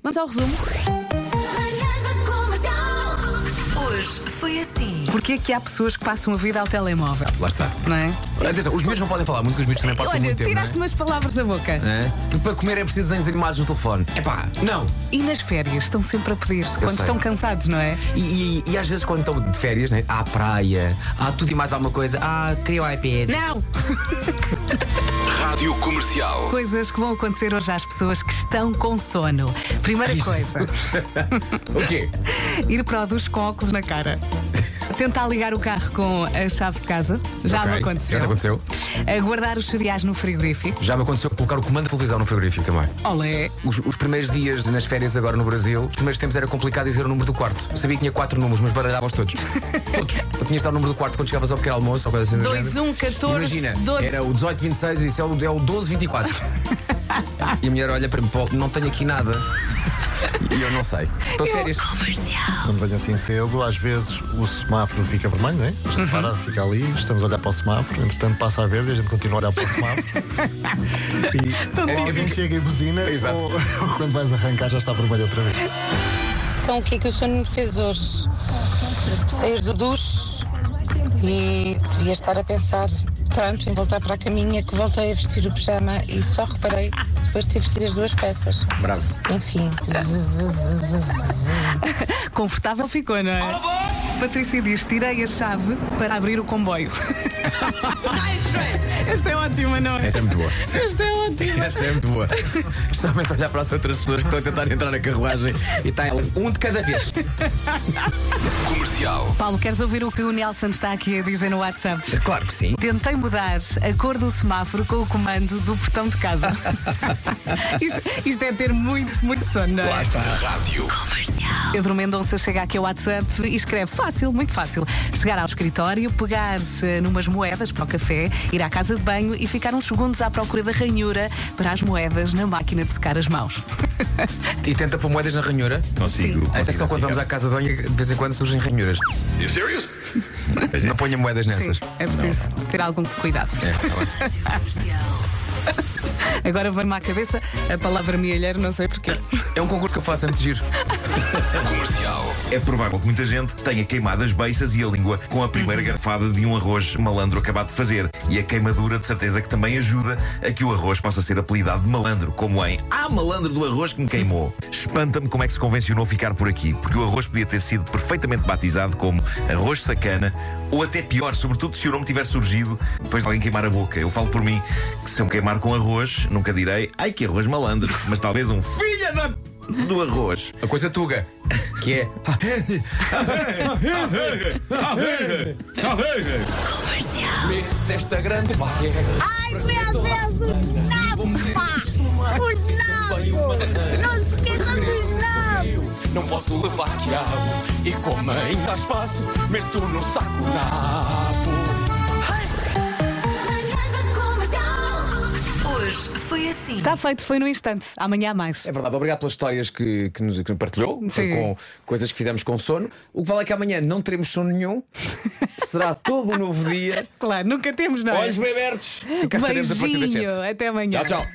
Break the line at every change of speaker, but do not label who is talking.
Vamos ao resumo.
Manhãs da Comercial. Hoje foi assim.
Porquê é que há pessoas que passam a vida ao telemóvel?
Lá está.
Não é?
Atenção, os miúdos não podem falar muito, que os miúdos também passam
Olha,
muito tempo.
tiraste umas palavras da boca.
não é? Hã? Para comer é preciso desenhos animados no telefone. Epá, não!
E nas férias estão sempre a pedir, quando
sei.
estão cansados, não é?
E, e- e às vezes quando estão de férias, né? há praia, há tudo e mais alguma coisa. Ah, queria o iPad.
Não!
Rádio Comercial.
Coisas que vão acontecer hoje às pessoas que estão com sono. Primeira coisa,
O quê?
ir para o duche com óculos na cara. Tentar ligar o carro com a chave de casa. Já
Ok,
me aconteceu.
Já te aconteceu?
A guardar os cereais no frigorífico.
Já me aconteceu colocar o comando da televisão no frigorífico também.
Olé!
Os, os primeiros dias nas férias agora no Brasil, os primeiros tempos era complicado dizer o número do quarto. Eu sabia que tinha quatro números, mas baralhava-os todos. todos. Eu tinha de dar o número do quarto quando chegavas ao pequeno almoço ou coisa assim. do
Dois,
género.
um, 14,
Imagina,
12.
era o 1826 e disse é o, é o 1224. e a mulher olha para mim, "Pô, não tenho aqui nada. E eu não sei. Estou de férias.
Quando venho assim cedo, às vezes o semáforo fica vermelho, não é? A gente para, fica ali, estamos a olhar para o semáforo, entretanto passa a verde, a gente continua a olhar para o semáforo. e é, alguém chega e buzina,
Exato.
ou, ou quando vais arrancar já está vermelho outra vez.
Então o que é que o senhor me fez hoje? Sair do duche e devia estar a pensar tanto em voltar para a caminha que voltei a vestir o pijama e só reparei depois de ter vestido as duas peças.
Bravo.
Enfim.
Confortável ficou, não é? Patrícia diz: tirei a chave para abrir o comboio. Esta é ótima, não é?
Essa é muito boa.
Esta é ótima.
Essa é muito boa. Especialmente olhar para as outras pessoas que estão a tentar entrar na carruagem e está ela um de cada vez.
Comercial.
Paulo, queres ouvir o que o Nelson está aqui a dizer no WhatsApp?
É Claro que sim.
Tentei mudar a cor do semáforo com o comando do portão de casa. isto, isto é ter muito, muito sono, não é?
Rádio.
Pedro Mendonça chega aqui ao WhatsApp e escreve fácil, muito fácil. Chegar ao escritório, pegar eh, numas moedas para o café, ir à casa de banho e ficar uns segundos à procura da ranhura para as moedas na máquina de secar as mãos.
E tenta pôr moedas na ranhura.
Consigo. consigo
Atenção quando vamos à casa de banho, de vez em quando surgem ranhuras.
You serious?
Não ponha moedas nessas.
é preciso ter algum cuidado.
É, tá bem.
Agora vai-me à cabeça a palavra mielheiro, não sei porquê.
É um concurso que eu faço antes de giro.
Comercial.
É provável que muita gente tenha queimado as beiças e a língua com a
Uhum.
primeira garfada de um arroz malandro acabado de fazer. E a queimadura, de certeza, que também ajuda a que o arroz possa ser apelidado de malandro, como em Ah, malandro do arroz que me queimou. Espanta-me como é que se convencionou ficar por aqui, porque o arroz podia ter sido perfeitamente batizado como arroz sacana, ou até pior, sobretudo se o nome tiver surgido depois de alguém queimar a boca. Eu falo por mim que se eu me queimar com arroz, nunca direi Ai, que arroz malandro, mas talvez um filha da... p- do arroz.
A coisa tuga, que é. Me desta grande é barriga.
Ai, meu Deus, os nabos, pá! Os nabos! Não se esqueçam dos nabos!
Não posso levar quiabo. E como ainda há espaço, meto no saco nabo.
Manhãs da Comercial. Hoje foi assim.
Está feito, foi no instante. Amanhã há mais.
É verdade, obrigado pelas histórias que, que nos, que nos partilhou,
Sim.
com coisas que fizemos com sono. O que vale é que amanhã não teremos sono nenhum, será todo um novo dia,
Claro, nunca temos, não é?
olhos bem abertos e cá estaremos a partir das
Beijinho,
7.
até amanhã.
Tchau, tchau.